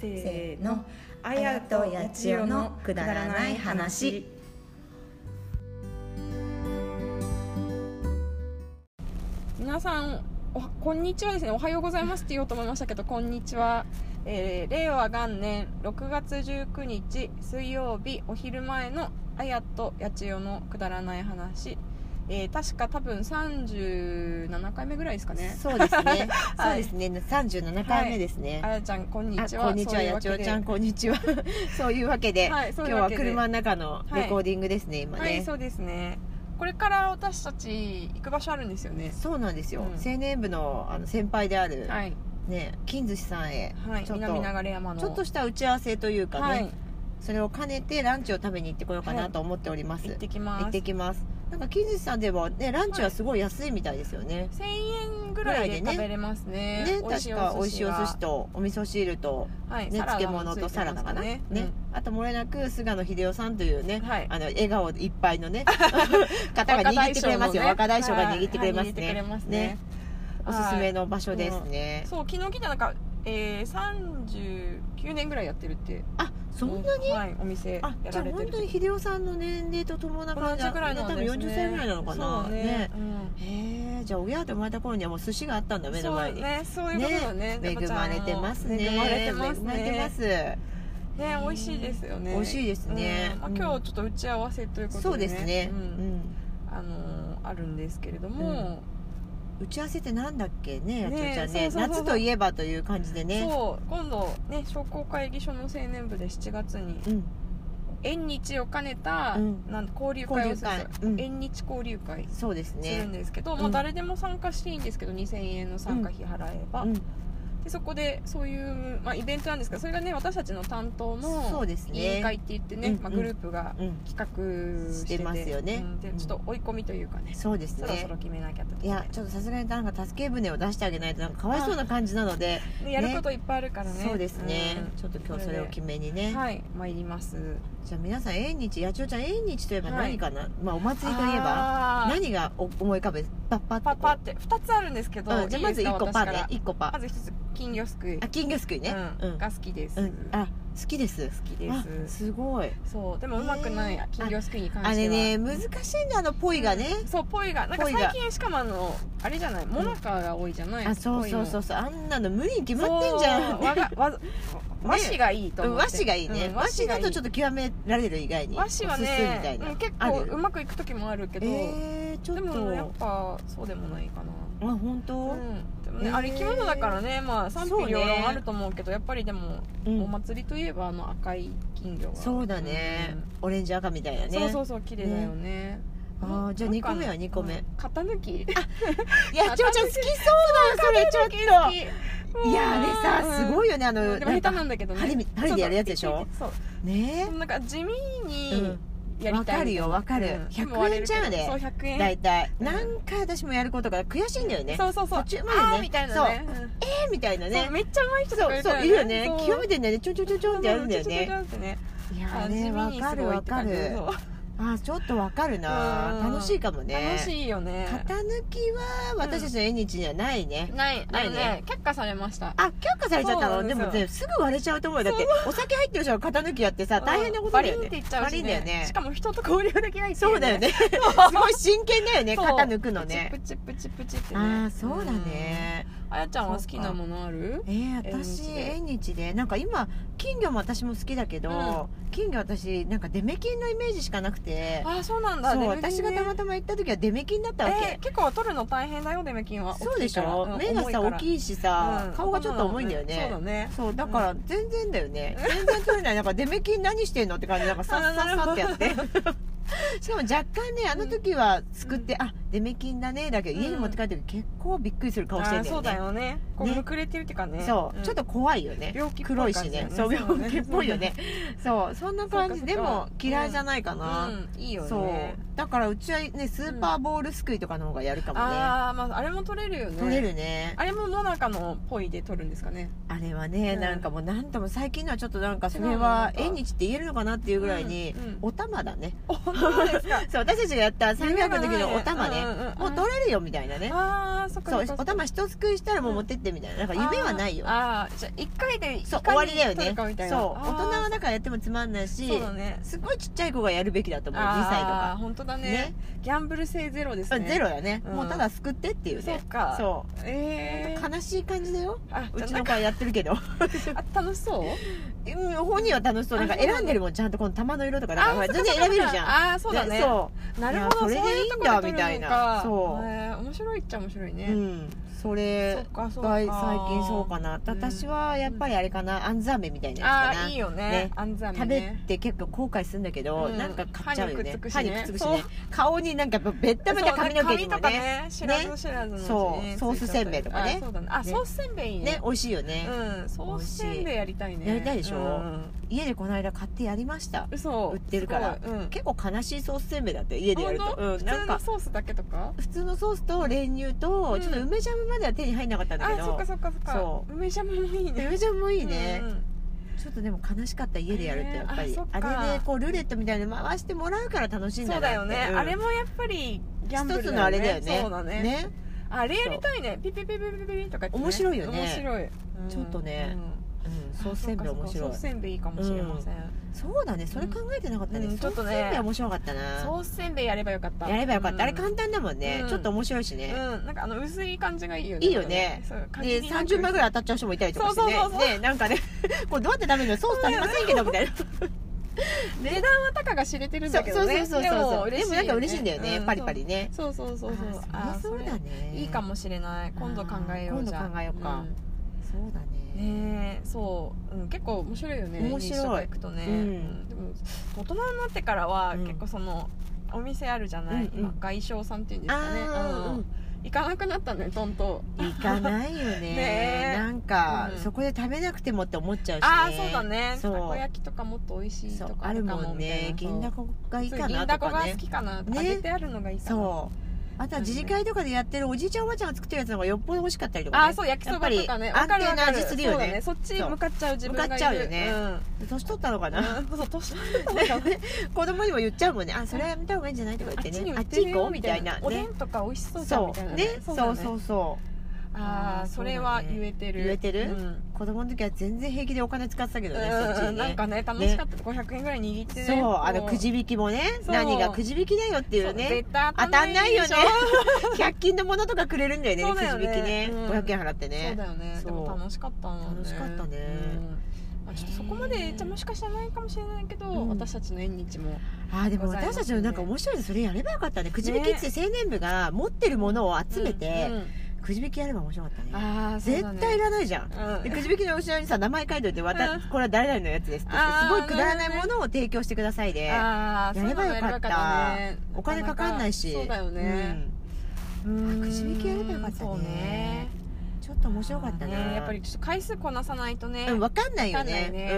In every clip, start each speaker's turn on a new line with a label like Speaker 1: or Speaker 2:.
Speaker 1: せ
Speaker 2: せ
Speaker 1: ー
Speaker 2: ーの
Speaker 1: のあやとやちよのくだらない話
Speaker 3: 皆さんおこんにちはですねおはようございますって言おうと思いましたけどこんにちは、えー令和元年6月19日水曜日お昼前のあやと八千代のくだらない話、えー確か多分37回目ぐらいですかね。
Speaker 2: そうですね そうですね。三十七回目ですね。
Speaker 3: あやちゃんこんに
Speaker 2: あ
Speaker 3: ちは
Speaker 2: こんにちは、やちおちゃん、こんにちは。そういうわけで、
Speaker 3: はいそう
Speaker 2: 今
Speaker 3: い
Speaker 2: 日
Speaker 3: うわ
Speaker 2: は
Speaker 3: けで
Speaker 2: 車の中のレコーディングです
Speaker 3: そ
Speaker 2: ね、今
Speaker 3: ういうわけではい
Speaker 2: ね。
Speaker 3: そうですねこれから私たち行く場所あるんですよね
Speaker 2: そうなんですよ。
Speaker 3: うん
Speaker 2: 青年部のあの先輩である、
Speaker 3: はい、
Speaker 2: ね、金寿司さんへ、
Speaker 3: はい、
Speaker 2: ちょっと
Speaker 3: 南流山の
Speaker 2: ちょっとした打ち合わせというかね、
Speaker 3: はい
Speaker 2: それを兼ねてランチを食べに行ってこようかなと思っております。
Speaker 3: 行ってき
Speaker 2: 行
Speaker 3: ま
Speaker 2: っ
Speaker 3: す
Speaker 2: てきます。なんか金寿司さんではね、ランチはすごい安いみたいですよね。
Speaker 3: 1000円ぐらいで食べれますね
Speaker 2: ね、
Speaker 3: 美味し
Speaker 2: 確
Speaker 3: い
Speaker 2: か美味しいお
Speaker 3: が
Speaker 2: 寿司とお味噌汁と、
Speaker 3: はい
Speaker 2: ね、
Speaker 3: サラ
Speaker 2: 漬
Speaker 3: ダも
Speaker 2: 物とサラダかな、
Speaker 3: ついて
Speaker 2: ね
Speaker 3: ますね
Speaker 2: あともれなく菅野秀夫さんというね、
Speaker 3: はい
Speaker 2: あの笑顔いっぱい のね方が握ってくれますよ若大将が握ってくれま
Speaker 3: はいはい握
Speaker 2: す
Speaker 3: ってくれ
Speaker 2: ね
Speaker 3: ます
Speaker 2: ね
Speaker 3: ね
Speaker 2: おすすめの場所ですね、
Speaker 3: そう昨日来たなんか、えー、39年ぐらいやってるって
Speaker 2: あそんなに、
Speaker 3: はいお店や
Speaker 2: あじ
Speaker 3: ら
Speaker 2: ゃあ
Speaker 3: れて
Speaker 2: 本
Speaker 3: る
Speaker 2: 当に秀夫さんの年齢とともな
Speaker 3: 同
Speaker 2: 感じ
Speaker 3: じぐらいの
Speaker 2: ね、多分
Speaker 3: ですね
Speaker 2: 40歳ぐらいなのかな
Speaker 3: そうね
Speaker 2: へえじゃあ親と生まれた頃にはもう寿司があったんだ
Speaker 3: うん
Speaker 2: 目
Speaker 3: そ
Speaker 2: の前
Speaker 3: う
Speaker 2: に
Speaker 3: ねそういうことだね
Speaker 2: 恵
Speaker 3: 猫ちゃんも
Speaker 2: まれてますね
Speaker 3: 恵まれてます
Speaker 2: 恵まれてま
Speaker 3: ね
Speaker 2: す
Speaker 3: ね美味しいですよね
Speaker 2: 美味しいですね
Speaker 3: うんまあ、今日ちょっと打ち合わせということで、ね、
Speaker 2: そうですね、
Speaker 3: う
Speaker 2: うん
Speaker 3: んあのーあるんですけれども、
Speaker 2: 打ち合わせってなんだっけねや
Speaker 3: ね
Speaker 2: ちゃ
Speaker 3: そうそう
Speaker 2: んね
Speaker 3: そうそう
Speaker 2: 夏といえばという感じでね
Speaker 3: そう今度ね商工会議所の青年部で7月に
Speaker 2: うん
Speaker 3: 縁日を兼ねた、
Speaker 2: うん
Speaker 3: なんて交流会をするんですよ、
Speaker 2: 交流会うん
Speaker 3: 縁日交流会
Speaker 2: そうです
Speaker 3: する
Speaker 2: ね
Speaker 3: んですけど、
Speaker 2: ね
Speaker 3: ま
Speaker 2: う
Speaker 3: あ、
Speaker 2: ん
Speaker 3: 誰でも参加していいんですけど2000円の参加費払えば、
Speaker 2: うん
Speaker 3: でそこでそういう、まあ、イベントなんですけどそれがね私たちの担当
Speaker 2: そ
Speaker 3: の
Speaker 2: うです
Speaker 3: 委
Speaker 2: ね
Speaker 3: 員会って言ってね
Speaker 2: うん
Speaker 3: まあ、グループが
Speaker 2: うん
Speaker 3: 企画してて
Speaker 2: してますよね
Speaker 3: うんでちょっと追い込みというかね、
Speaker 2: そうです
Speaker 3: そろそ
Speaker 2: ね
Speaker 3: ろ決めなきゃってとこ
Speaker 2: い
Speaker 3: で
Speaker 2: やちょっとさすがになんか助け舟を出してあげないとなんかかわいそうな感じなので
Speaker 3: でやることいっぱいあるからね
Speaker 2: そうですねちょっと今日それを決めに
Speaker 3: う
Speaker 2: ね
Speaker 3: んはい参ります
Speaker 2: じゃあ皆さん縁日八千代ちゃん縁日といえば
Speaker 3: はい
Speaker 2: 何かなまあお祭りといえば
Speaker 3: あー
Speaker 2: 何がお思い浮かべパッパッ
Speaker 3: パッパっ
Speaker 2: と
Speaker 3: て2つあるんですけど、
Speaker 2: こううんじゃあまず一個パ
Speaker 3: で
Speaker 2: ね一個
Speaker 3: ま
Speaker 2: パ
Speaker 3: ず一つ金魚すくい
Speaker 2: あ金魚すくいね
Speaker 3: う、
Speaker 2: うんん
Speaker 3: が好きです、
Speaker 2: うんあ好きです
Speaker 3: 好きで
Speaker 2: あ
Speaker 3: す
Speaker 2: すごい
Speaker 3: そうでもうまくない、
Speaker 2: えー
Speaker 3: 金魚すくいに関しては
Speaker 2: あれね難しいんだあのポイがね
Speaker 3: そうポイがなんか
Speaker 2: ポイが
Speaker 3: 最近しかもあのあれじゃないモナカが多いじゃない、
Speaker 2: あそうそうそううそうあんなの無理に決まってんじゃん
Speaker 3: 和が和和紙がいいと
Speaker 2: う
Speaker 3: 思
Speaker 2: ん
Speaker 3: っ
Speaker 2: 和
Speaker 3: て
Speaker 2: 紙がいいね、
Speaker 3: うん
Speaker 2: 和紙だとちょっ
Speaker 3: っ
Speaker 2: と極められる以外に
Speaker 3: 和紙は
Speaker 2: おすすめみた
Speaker 3: ね
Speaker 2: いな、
Speaker 3: うん結
Speaker 2: あ
Speaker 3: 構
Speaker 2: る
Speaker 3: うまくいく時もあるけど、
Speaker 2: えー、ちょっ
Speaker 3: で
Speaker 2: と
Speaker 3: もやっぱそうでもないかな
Speaker 2: あ本当、
Speaker 3: うんでもね
Speaker 2: えー
Speaker 3: あれ着物だからね、まあ、賛
Speaker 2: そ
Speaker 3: 否
Speaker 2: うね
Speaker 3: 両論あると思うけどやっぱりでも、
Speaker 2: うん
Speaker 3: お祭りといえばあの赤い金魚が
Speaker 2: そうだね、オレンジ赤みたいな
Speaker 3: うん
Speaker 2: ね
Speaker 3: そうそうそう綺麗だよね
Speaker 2: あーじゃあ
Speaker 3: なんか
Speaker 2: 二個目は二個目
Speaker 3: うん型抜き
Speaker 2: いやちょちゃん好きそうだよそれちょっといやあれさすご
Speaker 3: い
Speaker 2: いよねあの
Speaker 3: でも下手
Speaker 2: なんか
Speaker 3: なんだけどね
Speaker 2: 針み針でやるやつでしょ
Speaker 3: そう
Speaker 2: ね
Speaker 3: そうなんか地味
Speaker 2: え、
Speaker 3: に
Speaker 2: うん、
Speaker 3: やりたいみたいな
Speaker 2: わかるよわかる
Speaker 3: うん
Speaker 2: 100円
Speaker 3: でも割れるけど
Speaker 2: ちゃうね
Speaker 3: そう100円
Speaker 2: 大体、
Speaker 3: うん
Speaker 2: 何回私もやることが悔しいんだよね
Speaker 3: そうそうそう
Speaker 2: 途中までね
Speaker 3: あーみたいなねうん
Speaker 2: えーみたいな
Speaker 3: そ
Speaker 2: ね
Speaker 3: うめっちゃ上手い人
Speaker 2: そ
Speaker 3: とか
Speaker 2: う
Speaker 3: いた
Speaker 2: そういるよね
Speaker 3: そう
Speaker 2: 極めてねちょんちょんちょんちょんってやるんだよ
Speaker 3: そうちょ
Speaker 2: ね
Speaker 3: ちょちょちょってね
Speaker 2: い
Speaker 3: あ
Speaker 2: や
Speaker 3: 地
Speaker 2: ね
Speaker 3: 味
Speaker 2: わ
Speaker 3: に
Speaker 2: か
Speaker 3: す
Speaker 2: る
Speaker 3: ごいっ
Speaker 2: わ
Speaker 3: て
Speaker 2: か
Speaker 3: 感じ
Speaker 2: る
Speaker 3: そう
Speaker 2: あちょっとわかるな
Speaker 3: うん
Speaker 2: 楽しいかもね
Speaker 3: 楽しいよね
Speaker 2: 型抜きは私たちの縁日にはないね、
Speaker 3: ないあの
Speaker 2: ないね
Speaker 3: ね却下されました
Speaker 2: あ却下されちゃった
Speaker 3: そうな
Speaker 2: の
Speaker 3: んで
Speaker 2: です
Speaker 3: よ
Speaker 2: もねすぐ割れちゃうと思うよだってお酒入ってる人が型抜きやってさ大変なこと
Speaker 3: バ
Speaker 2: だ
Speaker 3: リン
Speaker 2: よ
Speaker 3: っ
Speaker 2: ね
Speaker 3: て言っちゃう
Speaker 2: バリ
Speaker 3: し
Speaker 2: ンだよね
Speaker 3: しかも人と交流できないってい
Speaker 2: そうだよねすごい真剣だよね
Speaker 3: そう
Speaker 2: 型抜くのね
Speaker 3: プチプチプチプチってね
Speaker 2: ああそうだね、
Speaker 3: うんあやちゃんは好きなものある
Speaker 2: えー、私
Speaker 3: 縁
Speaker 2: 縁日でなんか今金魚も私も好きだけど、金魚私なんかデメキンのイメージしかなくて
Speaker 3: ああそうなんだ
Speaker 2: そう
Speaker 3: デメキン
Speaker 2: 私が
Speaker 3: ね
Speaker 2: たまたま行った時はデメキンだったわ
Speaker 3: えー、
Speaker 2: け
Speaker 3: 結構取るの大変だよデメキンは
Speaker 2: そうでしょ、目がさ大
Speaker 3: い
Speaker 2: きいし
Speaker 3: から
Speaker 2: さ、
Speaker 3: うん
Speaker 2: 顔がちょっと重いんだよ
Speaker 3: そ
Speaker 2: ね
Speaker 3: うだね
Speaker 2: そうだから全然だよね、全然取れないなんかデメキン何してんのって感じなんかさ
Speaker 3: あ
Speaker 2: っ
Speaker 3: ーな
Speaker 2: さ
Speaker 3: る
Speaker 2: っさ
Speaker 3: ほ
Speaker 2: って
Speaker 3: ど
Speaker 2: やって しかも若干ねあの時はすくって、あデメキンだねだけど家に持って帰って結構びっくりする顔して
Speaker 3: あー
Speaker 2: んだ
Speaker 3: そ
Speaker 2: よ
Speaker 3: うだ
Speaker 2: ね
Speaker 3: よねこう
Speaker 2: ね
Speaker 3: むくれてるっていうかね
Speaker 2: そう、
Speaker 3: ん
Speaker 2: ちょっと怖いよね
Speaker 3: 病気っぽい
Speaker 2: 黒いしね
Speaker 3: 感じだ
Speaker 2: そ
Speaker 3: よ
Speaker 2: う
Speaker 3: ね
Speaker 2: 病気っぽいよねそうそんな感
Speaker 3: そう
Speaker 2: じ
Speaker 3: かそ
Speaker 2: で
Speaker 3: うか
Speaker 2: も嫌いじゃないかな、
Speaker 3: うんいいよね
Speaker 2: そうだからうちはねスーパーボールすくいとかの方がやるかもね、
Speaker 3: ああまああれも取れるよね
Speaker 2: 取れるね
Speaker 3: あれも野中のポイで取るんですかね
Speaker 2: あれはね、
Speaker 3: うん
Speaker 2: なんかもうなんとも最近のはちょっとなんかそ
Speaker 3: 違
Speaker 2: れは
Speaker 3: うのなんか
Speaker 2: 縁日って言えるのかなっていうぐらいに、
Speaker 3: うんうん
Speaker 2: お玉だね
Speaker 3: 本当ですか
Speaker 2: そう私たちがやった300の時のお玉ねね
Speaker 3: うんうんうん
Speaker 2: もう取れるよみたいなね
Speaker 3: ああそっか
Speaker 2: そ
Speaker 3: そうっか
Speaker 2: お玉一つくいしたらもう持ってってみたいななんか夢はないよ
Speaker 3: あーあーじゃあ一回で
Speaker 2: そう
Speaker 3: い
Speaker 2: 終
Speaker 3: か
Speaker 2: わ
Speaker 3: に
Speaker 2: りだよ
Speaker 3: 取
Speaker 2: ね
Speaker 3: るかみたいな
Speaker 2: そう
Speaker 3: あ
Speaker 2: 大
Speaker 3: ー
Speaker 2: 人はだからやってもつまんないし
Speaker 3: そうだね
Speaker 2: すごいちっちゃい子がやるべきだと思う2歳と
Speaker 3: ああ
Speaker 2: か
Speaker 3: 本当だね
Speaker 2: ね
Speaker 3: ギャンブル性ゼロですね
Speaker 2: ゼロだね、
Speaker 3: うん
Speaker 2: もうただ救ってっていう
Speaker 3: そ
Speaker 2: ね
Speaker 3: うかう
Speaker 2: そう
Speaker 3: えー、
Speaker 2: 悲しい感じだよ
Speaker 3: あ
Speaker 2: う
Speaker 3: じゃ
Speaker 2: ち
Speaker 3: あな
Speaker 2: の
Speaker 3: ん
Speaker 2: 子
Speaker 3: か
Speaker 2: はやってるけ ど
Speaker 3: あ楽しそう
Speaker 2: うん本人は楽しそうなんか
Speaker 3: あそうなんだ
Speaker 2: 選んでるもんちゃんとこの玉の色とかなん
Speaker 3: あー
Speaker 2: か全然選べるじゃん
Speaker 3: ああーそうだね
Speaker 2: ねそ
Speaker 3: なるほどそ
Speaker 2: いやそれ
Speaker 3: う
Speaker 2: でい
Speaker 3: い
Speaker 2: い
Speaker 3: うんと
Speaker 2: だ
Speaker 3: こで撮るのか
Speaker 2: みたいなそう、
Speaker 3: えー面白いっちゃ面白いうね、
Speaker 2: うんそ
Speaker 3: そっ
Speaker 2: れ
Speaker 3: かそっ
Speaker 2: が
Speaker 3: か
Speaker 2: 最近そうかな
Speaker 3: ん
Speaker 2: 私はやっぱりあれかなあんず飴みたいなや
Speaker 3: あ
Speaker 2: つか
Speaker 3: あ
Speaker 2: ない
Speaker 3: いよね
Speaker 2: ね
Speaker 3: 安山
Speaker 2: 食べ
Speaker 3: ね
Speaker 2: て結構後悔するんだけど、
Speaker 3: うん
Speaker 2: なんか買っちゃうよね
Speaker 3: 歯
Speaker 2: 歯
Speaker 3: に
Speaker 2: に
Speaker 3: く
Speaker 2: く
Speaker 3: っつく
Speaker 2: っつく
Speaker 3: し
Speaker 2: し
Speaker 3: ね
Speaker 2: ね顔になんかやっぱベッタベタ髪の毛にも
Speaker 3: そうなんか髪とか
Speaker 2: ね
Speaker 3: ね知らず知らずのうちにね
Speaker 2: そう
Speaker 3: ついちゃっ
Speaker 2: ソース
Speaker 3: た
Speaker 2: せんべいとかね
Speaker 3: あそうだねあ
Speaker 2: ね
Speaker 3: ソースせんべいいい
Speaker 2: ね美味しいよね、
Speaker 3: うんソースせんべいやりたいね
Speaker 2: やりたいでしょ
Speaker 3: うん
Speaker 2: 家でこの間買ってやりました
Speaker 3: 嘘
Speaker 2: 売ってるから
Speaker 3: すごいうん
Speaker 2: 結構悲しいソースせんべいだって家でやる
Speaker 3: 本
Speaker 2: と、
Speaker 3: 当
Speaker 2: うん、なんか
Speaker 3: 普通のソースだけとか
Speaker 2: 普通のソースと練乳と、
Speaker 3: うん
Speaker 2: ちょっと梅ジャムまでは手に入んなかったんだけ
Speaker 3: あそっ
Speaker 2: ど
Speaker 3: かそっかそっか
Speaker 2: そ
Speaker 3: 梅ジャムもいいね
Speaker 2: 梅ジャムもいいね、
Speaker 3: うんうん
Speaker 2: ちょっとでも悲しかった家でやるってやっぱ
Speaker 3: えー
Speaker 2: り、
Speaker 3: あそっか
Speaker 2: あれでこうルーレットみたいなの回してもらうから楽しいん
Speaker 3: そ
Speaker 2: だな
Speaker 3: う
Speaker 2: って
Speaker 3: だよね、
Speaker 2: うん
Speaker 3: あれもやっぱりギャンブル
Speaker 2: 一つのあれだよね
Speaker 3: そうだね
Speaker 2: ね
Speaker 3: あれやりたいねピピピピピピピとか言って、
Speaker 2: 面白いよね
Speaker 3: 面白い、うん
Speaker 2: ちょっとねうん、ソースせんべい面白
Speaker 3: あそっかそっかソー
Speaker 2: い
Speaker 3: スせんべいいいかもしれません、
Speaker 2: そうだねそれ考えてなかったね、
Speaker 3: うん
Speaker 2: ソースせんべいは面白かった
Speaker 3: ソ
Speaker 2: な、
Speaker 3: ースせんべいやればよかった
Speaker 2: やればよかった、あれ簡単だもんね、
Speaker 3: うん
Speaker 2: ちょっと面白いし
Speaker 3: う
Speaker 2: ね、
Speaker 3: んなんかあの薄い感じがいいよね
Speaker 2: いいよね
Speaker 3: そう
Speaker 2: で30枚ぐ
Speaker 3: い
Speaker 2: らい当たっちゃう人もいたりとかしてね
Speaker 3: そうそうそうそう
Speaker 2: ねなんかね これどうやって食べるのソース足りませんけどみたいな
Speaker 3: 値段はたかが知れてるんだけどね
Speaker 2: そうそうそうそう
Speaker 3: でも
Speaker 2: そうで
Speaker 3: 嬉しいよ
Speaker 2: も
Speaker 3: ね
Speaker 2: なんか嬉しいんだよね、
Speaker 3: うん
Speaker 2: パリパリね
Speaker 3: そうそうそうそうそう
Speaker 2: あ
Speaker 3: あ
Speaker 2: そりゃそうだね
Speaker 3: それいいかもしれない今度考えよう
Speaker 2: あー
Speaker 3: じゃあ
Speaker 2: 今度考えようかそうだ
Speaker 3: うん
Speaker 2: ね
Speaker 3: ねえそう、うん、結構面白いよね
Speaker 2: 面白い
Speaker 3: 日誌とか行くとね、
Speaker 2: うん
Speaker 3: んでも大人になってからは
Speaker 2: うん
Speaker 3: 結構その、お店あるじゃない、
Speaker 2: うんうん
Speaker 3: 今外商さんっていうんですかね、
Speaker 2: あー、
Speaker 3: うん行かなくなったねどんと
Speaker 2: うん、行かないよ ね
Speaker 3: ねえ
Speaker 2: なんか、
Speaker 3: うん
Speaker 2: そこで食べなくてもって思っちゃうし、ね、
Speaker 3: ああそうだね
Speaker 2: そう
Speaker 3: たこ焼きとかもっと美味しい
Speaker 2: そ
Speaker 3: と
Speaker 2: う
Speaker 3: か
Speaker 2: ある
Speaker 3: か
Speaker 2: もんね
Speaker 3: みたい
Speaker 2: 銀
Speaker 3: な
Speaker 2: だこがいい
Speaker 3: そ
Speaker 2: か
Speaker 3: う銀
Speaker 2: な
Speaker 3: だ
Speaker 2: と
Speaker 3: こ
Speaker 2: か
Speaker 3: が
Speaker 2: ね
Speaker 3: 好きかな、
Speaker 2: ね
Speaker 3: 揚げてあるのがいいかな
Speaker 2: そうあとは自治会とかでやってるおじいちゃんおばあちゃんが作ってるやつの方がよっぽど美味しかったりとか、ね、
Speaker 3: ああそう焼きそばとかね
Speaker 2: やっぱ
Speaker 3: わ
Speaker 2: り
Speaker 3: かるわか
Speaker 2: 安定な味するよね
Speaker 3: そうだねそっち向かっちゃう自分がいる
Speaker 2: 向かっちゃうよね
Speaker 3: うん
Speaker 2: 年取ったのかな、
Speaker 3: うんそう年取ったのかな
Speaker 2: 子供にも言っちゃうもんねあそれはやめた方がいいんじゃないとか
Speaker 3: あっ
Speaker 2: 言って
Speaker 3: ちに
Speaker 2: ね
Speaker 3: 売ってる
Speaker 2: 行こ
Speaker 3: よ
Speaker 2: う
Speaker 3: み
Speaker 2: み
Speaker 3: た
Speaker 2: た
Speaker 3: い
Speaker 2: い
Speaker 3: な
Speaker 2: な
Speaker 3: おでんとか美味しそうじゃんみ
Speaker 2: そ
Speaker 3: たいな
Speaker 2: うねそう
Speaker 3: だ
Speaker 2: そうそう
Speaker 3: あ
Speaker 2: あ
Speaker 3: あ
Speaker 2: ー
Speaker 3: それは
Speaker 2: そうだね
Speaker 3: 言えてる
Speaker 2: 言えてる
Speaker 3: うん
Speaker 2: 子供の時は全然平気でお金使ってたけどね、そっち
Speaker 3: う
Speaker 2: に
Speaker 3: ん
Speaker 2: ね
Speaker 3: なんかね楽しかった500円ぐらい握ってね
Speaker 2: そうあ
Speaker 3: こ
Speaker 2: のくじ引きもね
Speaker 3: そう
Speaker 2: 何がくじ引きだよっていう
Speaker 3: そう
Speaker 2: ね
Speaker 3: 絶対
Speaker 2: 当たんないよね
Speaker 3: でしょ
Speaker 2: 100均のものとかくれるんだよね
Speaker 3: そうだよ
Speaker 2: く
Speaker 3: ね
Speaker 2: じ引きね、
Speaker 3: うん
Speaker 2: 500円払ってね
Speaker 3: そうだよねで
Speaker 2: そう
Speaker 3: も楽しかったもんね
Speaker 2: 楽しかった
Speaker 3: うん
Speaker 2: ね
Speaker 3: まあちょっとそこまでじゃもしかしたらないかもしれないけど、
Speaker 2: うん
Speaker 3: 私たちの縁日も
Speaker 2: あーでも私たちのなんか面白いのそれやればよかったねくじ引きって青年部が持ってるものを集めて、
Speaker 3: うんうん
Speaker 2: くじ引きやれば面白かったね
Speaker 3: ああ
Speaker 2: 絶対いらないじゃん、
Speaker 3: うん
Speaker 2: でくじ引きの後ろにさ名前書いといて「わた
Speaker 3: うん
Speaker 2: これは誰々のやつです」って言って
Speaker 3: あー
Speaker 2: すごいくだらないものを提供してくださいで
Speaker 3: ああ
Speaker 2: やればよかったお金かかんないし
Speaker 3: そうだよね、
Speaker 2: うんあくじ引きやればよかったね
Speaker 3: そうね
Speaker 2: うんちょっと面白かったな、
Speaker 3: あーねやっぱりちょっと回数こなさないとね、
Speaker 2: うん、分かんないよね
Speaker 3: わかんないね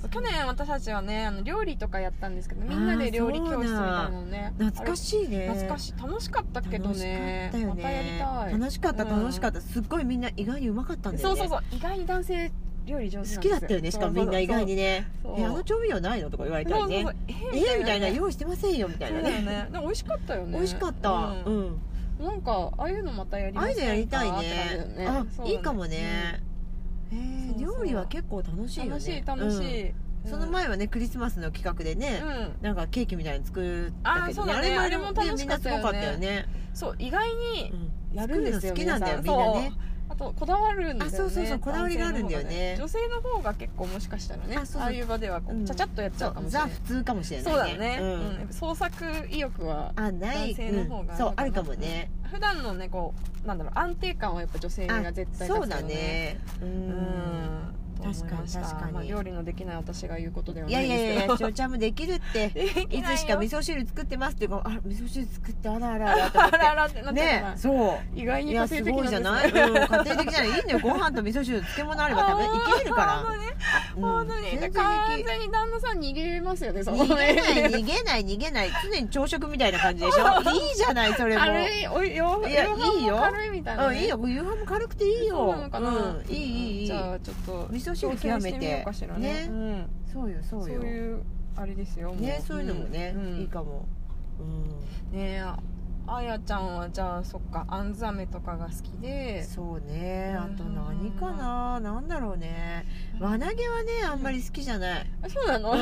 Speaker 3: そう去年私たちはねあの料理とかやったんですけどみんなで料理教室みたいなのね
Speaker 2: うん、懐かしい
Speaker 3: い
Speaker 2: ね
Speaker 3: 懐かしい楽しかったけどね
Speaker 2: 楽しか
Speaker 3: ま
Speaker 2: ったよね
Speaker 3: たやりたい
Speaker 2: 楽しかった
Speaker 3: うん
Speaker 2: 楽しかった、すっごいみんな意外にうまかったんだよ
Speaker 3: そう
Speaker 2: ね
Speaker 3: そうそう意外に男性料理上手なん
Speaker 2: 好
Speaker 3: です
Speaker 2: き
Speaker 3: よ
Speaker 2: だったよねしかもみんな意外にね「
Speaker 3: そうそうそう
Speaker 2: えあの調味料ないの?」とか言われた
Speaker 3: そうそ
Speaker 2: り
Speaker 3: うそう
Speaker 2: ね
Speaker 3: そう
Speaker 2: 「え
Speaker 3: え
Speaker 2: みたいな「
Speaker 3: よ
Speaker 2: 用意してませんよ」みたいな
Speaker 3: そうだよ
Speaker 2: ね
Speaker 3: ねでも美味しかったよね
Speaker 2: 美味しかった
Speaker 3: う
Speaker 2: うんん
Speaker 3: なんかああいうのまたやり
Speaker 2: あ
Speaker 3: ま
Speaker 2: あい
Speaker 3: せ
Speaker 2: うんの
Speaker 3: か
Speaker 2: やりたい
Speaker 3: って
Speaker 2: ね
Speaker 3: 感じだよ
Speaker 2: あ
Speaker 3: そうだね
Speaker 2: いいかもね、えー
Speaker 3: そうそう
Speaker 2: 料理は結構楽しいよね
Speaker 3: 楽しい楽しい、
Speaker 2: うんその前はねクリスマスの企画で
Speaker 3: う
Speaker 2: ね
Speaker 3: ん、、
Speaker 2: なんかケーキみたいなの作ったけど、
Speaker 3: あーそうだね
Speaker 2: あ
Speaker 3: あれ
Speaker 2: れ
Speaker 3: も
Speaker 2: も
Speaker 3: 楽しかったよね
Speaker 2: みんなすごかったよね、
Speaker 3: そう意外に
Speaker 2: うん
Speaker 3: やるんですよ
Speaker 2: 作るの好きなんだよみん
Speaker 3: 皆さ
Speaker 2: なね
Speaker 3: そうあとこだわるんだよね
Speaker 2: あそうそうそうこだわりがあるんだよね
Speaker 3: 男性の方が女性の方が結構もしかしたらねあ
Speaker 2: あそうそう
Speaker 3: あいう場ではこ
Speaker 2: う
Speaker 3: うんちゃちゃっとやっち
Speaker 2: そ
Speaker 3: ゃうか
Speaker 2: う
Speaker 3: もしれ
Speaker 2: ザ
Speaker 3: ない、
Speaker 2: 普通かもしれない
Speaker 3: そうだね、
Speaker 2: う
Speaker 3: うんんやっぱ創作意欲は
Speaker 2: あない
Speaker 3: 男性の方が
Speaker 2: うんそうあ
Speaker 3: ある
Speaker 2: る
Speaker 3: か
Speaker 2: か
Speaker 3: も
Speaker 2: もね、
Speaker 3: 普段のねこうなんだろう安定感はやっぱ女性が絶対
Speaker 2: そ
Speaker 3: 勝
Speaker 2: う
Speaker 3: つよ
Speaker 2: だねう
Speaker 3: うんんと思い
Speaker 2: 確か
Speaker 3: ま
Speaker 2: に
Speaker 3: した
Speaker 2: 確かに
Speaker 3: まあ、料理のできない私が言うことではいな
Speaker 2: や
Speaker 3: い
Speaker 2: い
Speaker 3: ですけど
Speaker 2: や いや、ちおちゃんもできるって。
Speaker 3: でき
Speaker 2: い
Speaker 3: ないよ
Speaker 2: つしか味噌汁作ってますっていうか、あ、味噌汁作って、あらあらあらと
Speaker 3: あ
Speaker 2: 思って。
Speaker 3: らあら ってなっちゃう
Speaker 2: ね
Speaker 3: な、
Speaker 2: そ
Speaker 3: 意外
Speaker 2: う。
Speaker 3: に
Speaker 2: い
Speaker 3: 家庭
Speaker 2: や、
Speaker 3: 的
Speaker 2: す
Speaker 3: なんで
Speaker 2: ごい
Speaker 3: す
Speaker 2: じゃ
Speaker 3: ね
Speaker 2: ない、うん、家庭的じゃない。いいんだよ、ご飯と味噌汁、漬物あれば食べ、いける
Speaker 3: 本
Speaker 2: か
Speaker 3: 当ね
Speaker 2: ら。
Speaker 3: 本当
Speaker 2: うん
Speaker 3: に、
Speaker 2: 全然
Speaker 3: 完
Speaker 2: 平気。
Speaker 3: 全に旦那さん逃げますよねそこ
Speaker 2: 逃げ
Speaker 3: ね
Speaker 2: ない、逃げない、逃げない。常に朝食みたいな感じでし ょ。いいじゃない、それも。
Speaker 3: 軽いおよ
Speaker 2: いや
Speaker 3: 夕飯
Speaker 2: いいよ
Speaker 3: も軽いみたいな、
Speaker 2: う
Speaker 3: ね、
Speaker 2: ん、いいよ、夕飯も軽くていいよ。
Speaker 3: そうなのかな、
Speaker 2: うんいい、いい、いい。
Speaker 3: じゃあちょっと
Speaker 2: 味噌汁
Speaker 3: 挑戦
Speaker 2: 極
Speaker 3: し
Speaker 2: め
Speaker 3: てみよう
Speaker 2: て
Speaker 3: かしらね
Speaker 2: ね
Speaker 3: うん、
Speaker 2: そうよ、そ
Speaker 3: そう
Speaker 2: うよ。
Speaker 3: いうあれですよも
Speaker 2: ね、そういうのもね
Speaker 3: うん、
Speaker 2: いいかも。うん。
Speaker 3: ねああやちゃんはじゃあそっかあんず飴とかが好きで
Speaker 2: そうねあと
Speaker 3: うん
Speaker 2: 何かななんだろうね輪投げはねあんまり好きじゃない
Speaker 3: あそうなの、
Speaker 2: うん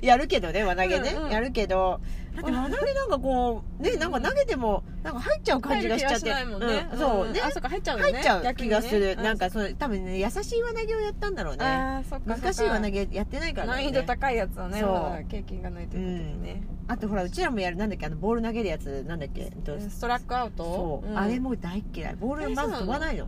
Speaker 2: やるけどね輪投げね、
Speaker 3: うんうん
Speaker 2: やるけどだって輪投げなんかこうねなんか投げてもなんか入っちゃう感じがしちゃって
Speaker 3: 入る気がしないもんね、
Speaker 2: うんそうね
Speaker 3: あそっか入っちゃうのね
Speaker 2: 入っちゃう気がする、なん
Speaker 3: か
Speaker 2: かその多分ね優しい輪投げをやったんだろうね
Speaker 3: あーそっか
Speaker 2: 難しい輪投
Speaker 3: げ
Speaker 2: げやってないから、ね、
Speaker 3: 難易度高いやつをね
Speaker 2: そう
Speaker 3: まだ経験がないということでね、
Speaker 2: あとほらうちらもやるなんだっけあのボール投げるやつなんだっけえっと
Speaker 3: ストラックアウト
Speaker 2: そう、
Speaker 3: ん
Speaker 2: あれもう大っ嫌いボールがまず飛ばないの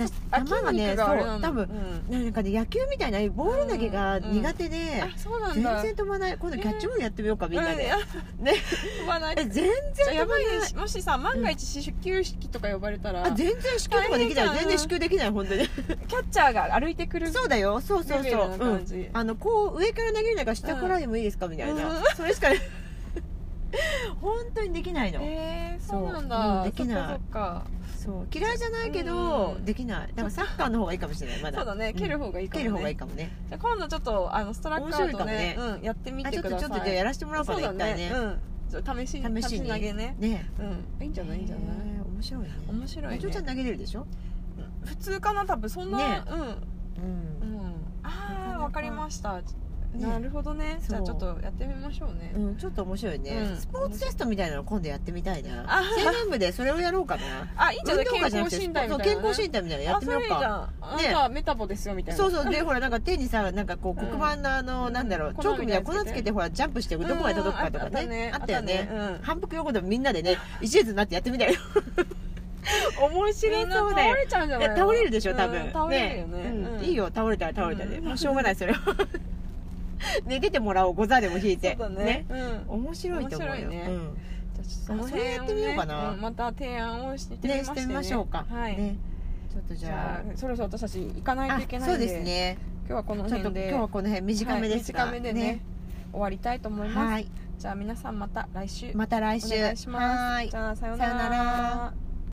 Speaker 3: え
Speaker 2: 私
Speaker 3: あ
Speaker 2: 球が
Speaker 3: 筋
Speaker 2: ね
Speaker 3: 肉があれな
Speaker 2: そ
Speaker 3: ん
Speaker 2: う
Speaker 3: だ
Speaker 2: 多分
Speaker 3: うん
Speaker 2: なんかね野球みたいなああいうボール投げが苦手で、
Speaker 3: あそうなん
Speaker 2: 全
Speaker 3: だ
Speaker 2: 然飛ばない今度キャッチボールやってみようかみんな
Speaker 3: う
Speaker 2: で、
Speaker 3: ん
Speaker 2: ね
Speaker 3: 飛ばない
Speaker 2: え全然
Speaker 3: じゃあ
Speaker 2: 飛
Speaker 3: や
Speaker 2: ば
Speaker 3: ば
Speaker 2: ないい
Speaker 3: ねもしさ万が一四球式とか呼ばれたら、
Speaker 2: あ全然支給とかで
Speaker 3: 大変
Speaker 2: きない
Speaker 3: じゃん
Speaker 2: 全然支給できない本当に
Speaker 3: キャッチャーが歩いてくる
Speaker 2: そうだよそうそう
Speaker 3: レベ
Speaker 2: そ
Speaker 3: ル
Speaker 2: う
Speaker 3: な、
Speaker 2: う
Speaker 3: 感
Speaker 2: ん、
Speaker 3: じ、
Speaker 2: あのこう上から投げるのが下からでもいいですかみたいな、
Speaker 3: うん
Speaker 2: それしか本当にできないの、
Speaker 3: えー、そうなん
Speaker 2: そう
Speaker 3: だ、
Speaker 2: うんできない
Speaker 3: そっかそっか
Speaker 2: そう嫌いじゃないけど、
Speaker 3: うん
Speaker 2: できないだからサッカーの方がいいかもしれないまだ
Speaker 3: そうだね蹴る方がいいかもね
Speaker 2: 蹴る方がいいかもね
Speaker 3: じゃあ今度ちょっとあのストラックアウト
Speaker 2: 面白
Speaker 3: ね
Speaker 2: いか
Speaker 3: うん、やってみ
Speaker 2: あ
Speaker 3: て
Speaker 2: ちょっ
Speaker 3: く
Speaker 2: とちょ
Speaker 3: だ
Speaker 2: っ
Speaker 3: さい
Speaker 2: とじゃあやらせてもらおうか
Speaker 3: そ
Speaker 2: な
Speaker 3: う
Speaker 2: 一
Speaker 3: だ
Speaker 2: 回ね
Speaker 3: ねうんちょっと試し試
Speaker 2: 試し
Speaker 3: し
Speaker 2: に
Speaker 3: 投げね
Speaker 2: ね
Speaker 3: うんいいんじゃないいいんじゃない、
Speaker 2: へー面白いね
Speaker 3: 面白いね
Speaker 2: お嬢ちゃん投げれるでしょ
Speaker 3: 普通かな多分そんな、
Speaker 2: ね
Speaker 3: う、
Speaker 2: うん
Speaker 3: うん、ああわかりました、
Speaker 2: ね
Speaker 3: なるほどね
Speaker 2: そう
Speaker 3: じゃあちょっとやってみましょうね、
Speaker 2: ん、うん、ちょっと面白いね、
Speaker 3: うん
Speaker 2: スポーツテストみたいなの今度やってみたいな
Speaker 3: あ
Speaker 2: 青年部でそれをやろうかな
Speaker 3: あいいんじゃない
Speaker 2: 運動会じ
Speaker 3: 健
Speaker 2: ゃなく
Speaker 3: 康
Speaker 2: て
Speaker 3: 診断みたいな、ね、
Speaker 2: そう健康診断みたいなのやってみようか
Speaker 3: あそれいい
Speaker 2: ね
Speaker 3: じゃんあなたメタボですよみたいな
Speaker 2: そうそうでほらなんか手にさなんかこう
Speaker 3: うん
Speaker 2: 黒板のあの、
Speaker 3: うん
Speaker 2: なんだろう
Speaker 3: 粉
Speaker 2: チョークみたい
Speaker 3: みた
Speaker 2: な
Speaker 3: な
Speaker 2: い粉
Speaker 3: やつ
Speaker 2: つけてほらジャンプしてどこまで届くかとかね,、
Speaker 3: うん
Speaker 2: あったよね
Speaker 3: あったね
Speaker 2: 反復横跳びみんなでね一列になってやってみたいよ面
Speaker 3: みんな
Speaker 2: そう
Speaker 3: 倒
Speaker 2: だよ
Speaker 3: れちゃうんじゃ
Speaker 2: い
Speaker 3: ない
Speaker 2: や
Speaker 3: の
Speaker 2: 倒れるでしょ多分、
Speaker 3: うん倒れるよね
Speaker 2: うん
Speaker 3: うん
Speaker 2: いいよ倒れたら倒れたで、
Speaker 3: うん
Speaker 2: もうしょうがないそれ はね出てもらおうござでも引い
Speaker 3: そ
Speaker 2: て
Speaker 3: うだねうん、
Speaker 2: 面白いと思うよ
Speaker 3: 面白いね
Speaker 2: うん
Speaker 3: じゃあちょっとその辺をね
Speaker 2: それやってみようかな
Speaker 3: うんまた提案をしてみ
Speaker 2: ね
Speaker 3: まし,、
Speaker 2: しててみましょうか、
Speaker 3: はい、
Speaker 2: ね、ちょっと
Speaker 3: じ
Speaker 2: じ
Speaker 3: ゃ
Speaker 2: ゃ
Speaker 3: あそろそろ私たち行かな
Speaker 2: あ
Speaker 3: いといけない
Speaker 2: そ
Speaker 3: の
Speaker 2: う
Speaker 3: で
Speaker 2: ですね
Speaker 3: 今日はこの
Speaker 2: ちょっと
Speaker 3: 辺
Speaker 2: 今
Speaker 3: で
Speaker 2: 日はこの辺短めですか、
Speaker 3: はい短めでね終わりたいと思います、
Speaker 2: はい
Speaker 3: じゃあ皆さんまた来週
Speaker 2: また来週
Speaker 3: お願いします
Speaker 2: はい
Speaker 3: じゃあさよう
Speaker 2: さようなら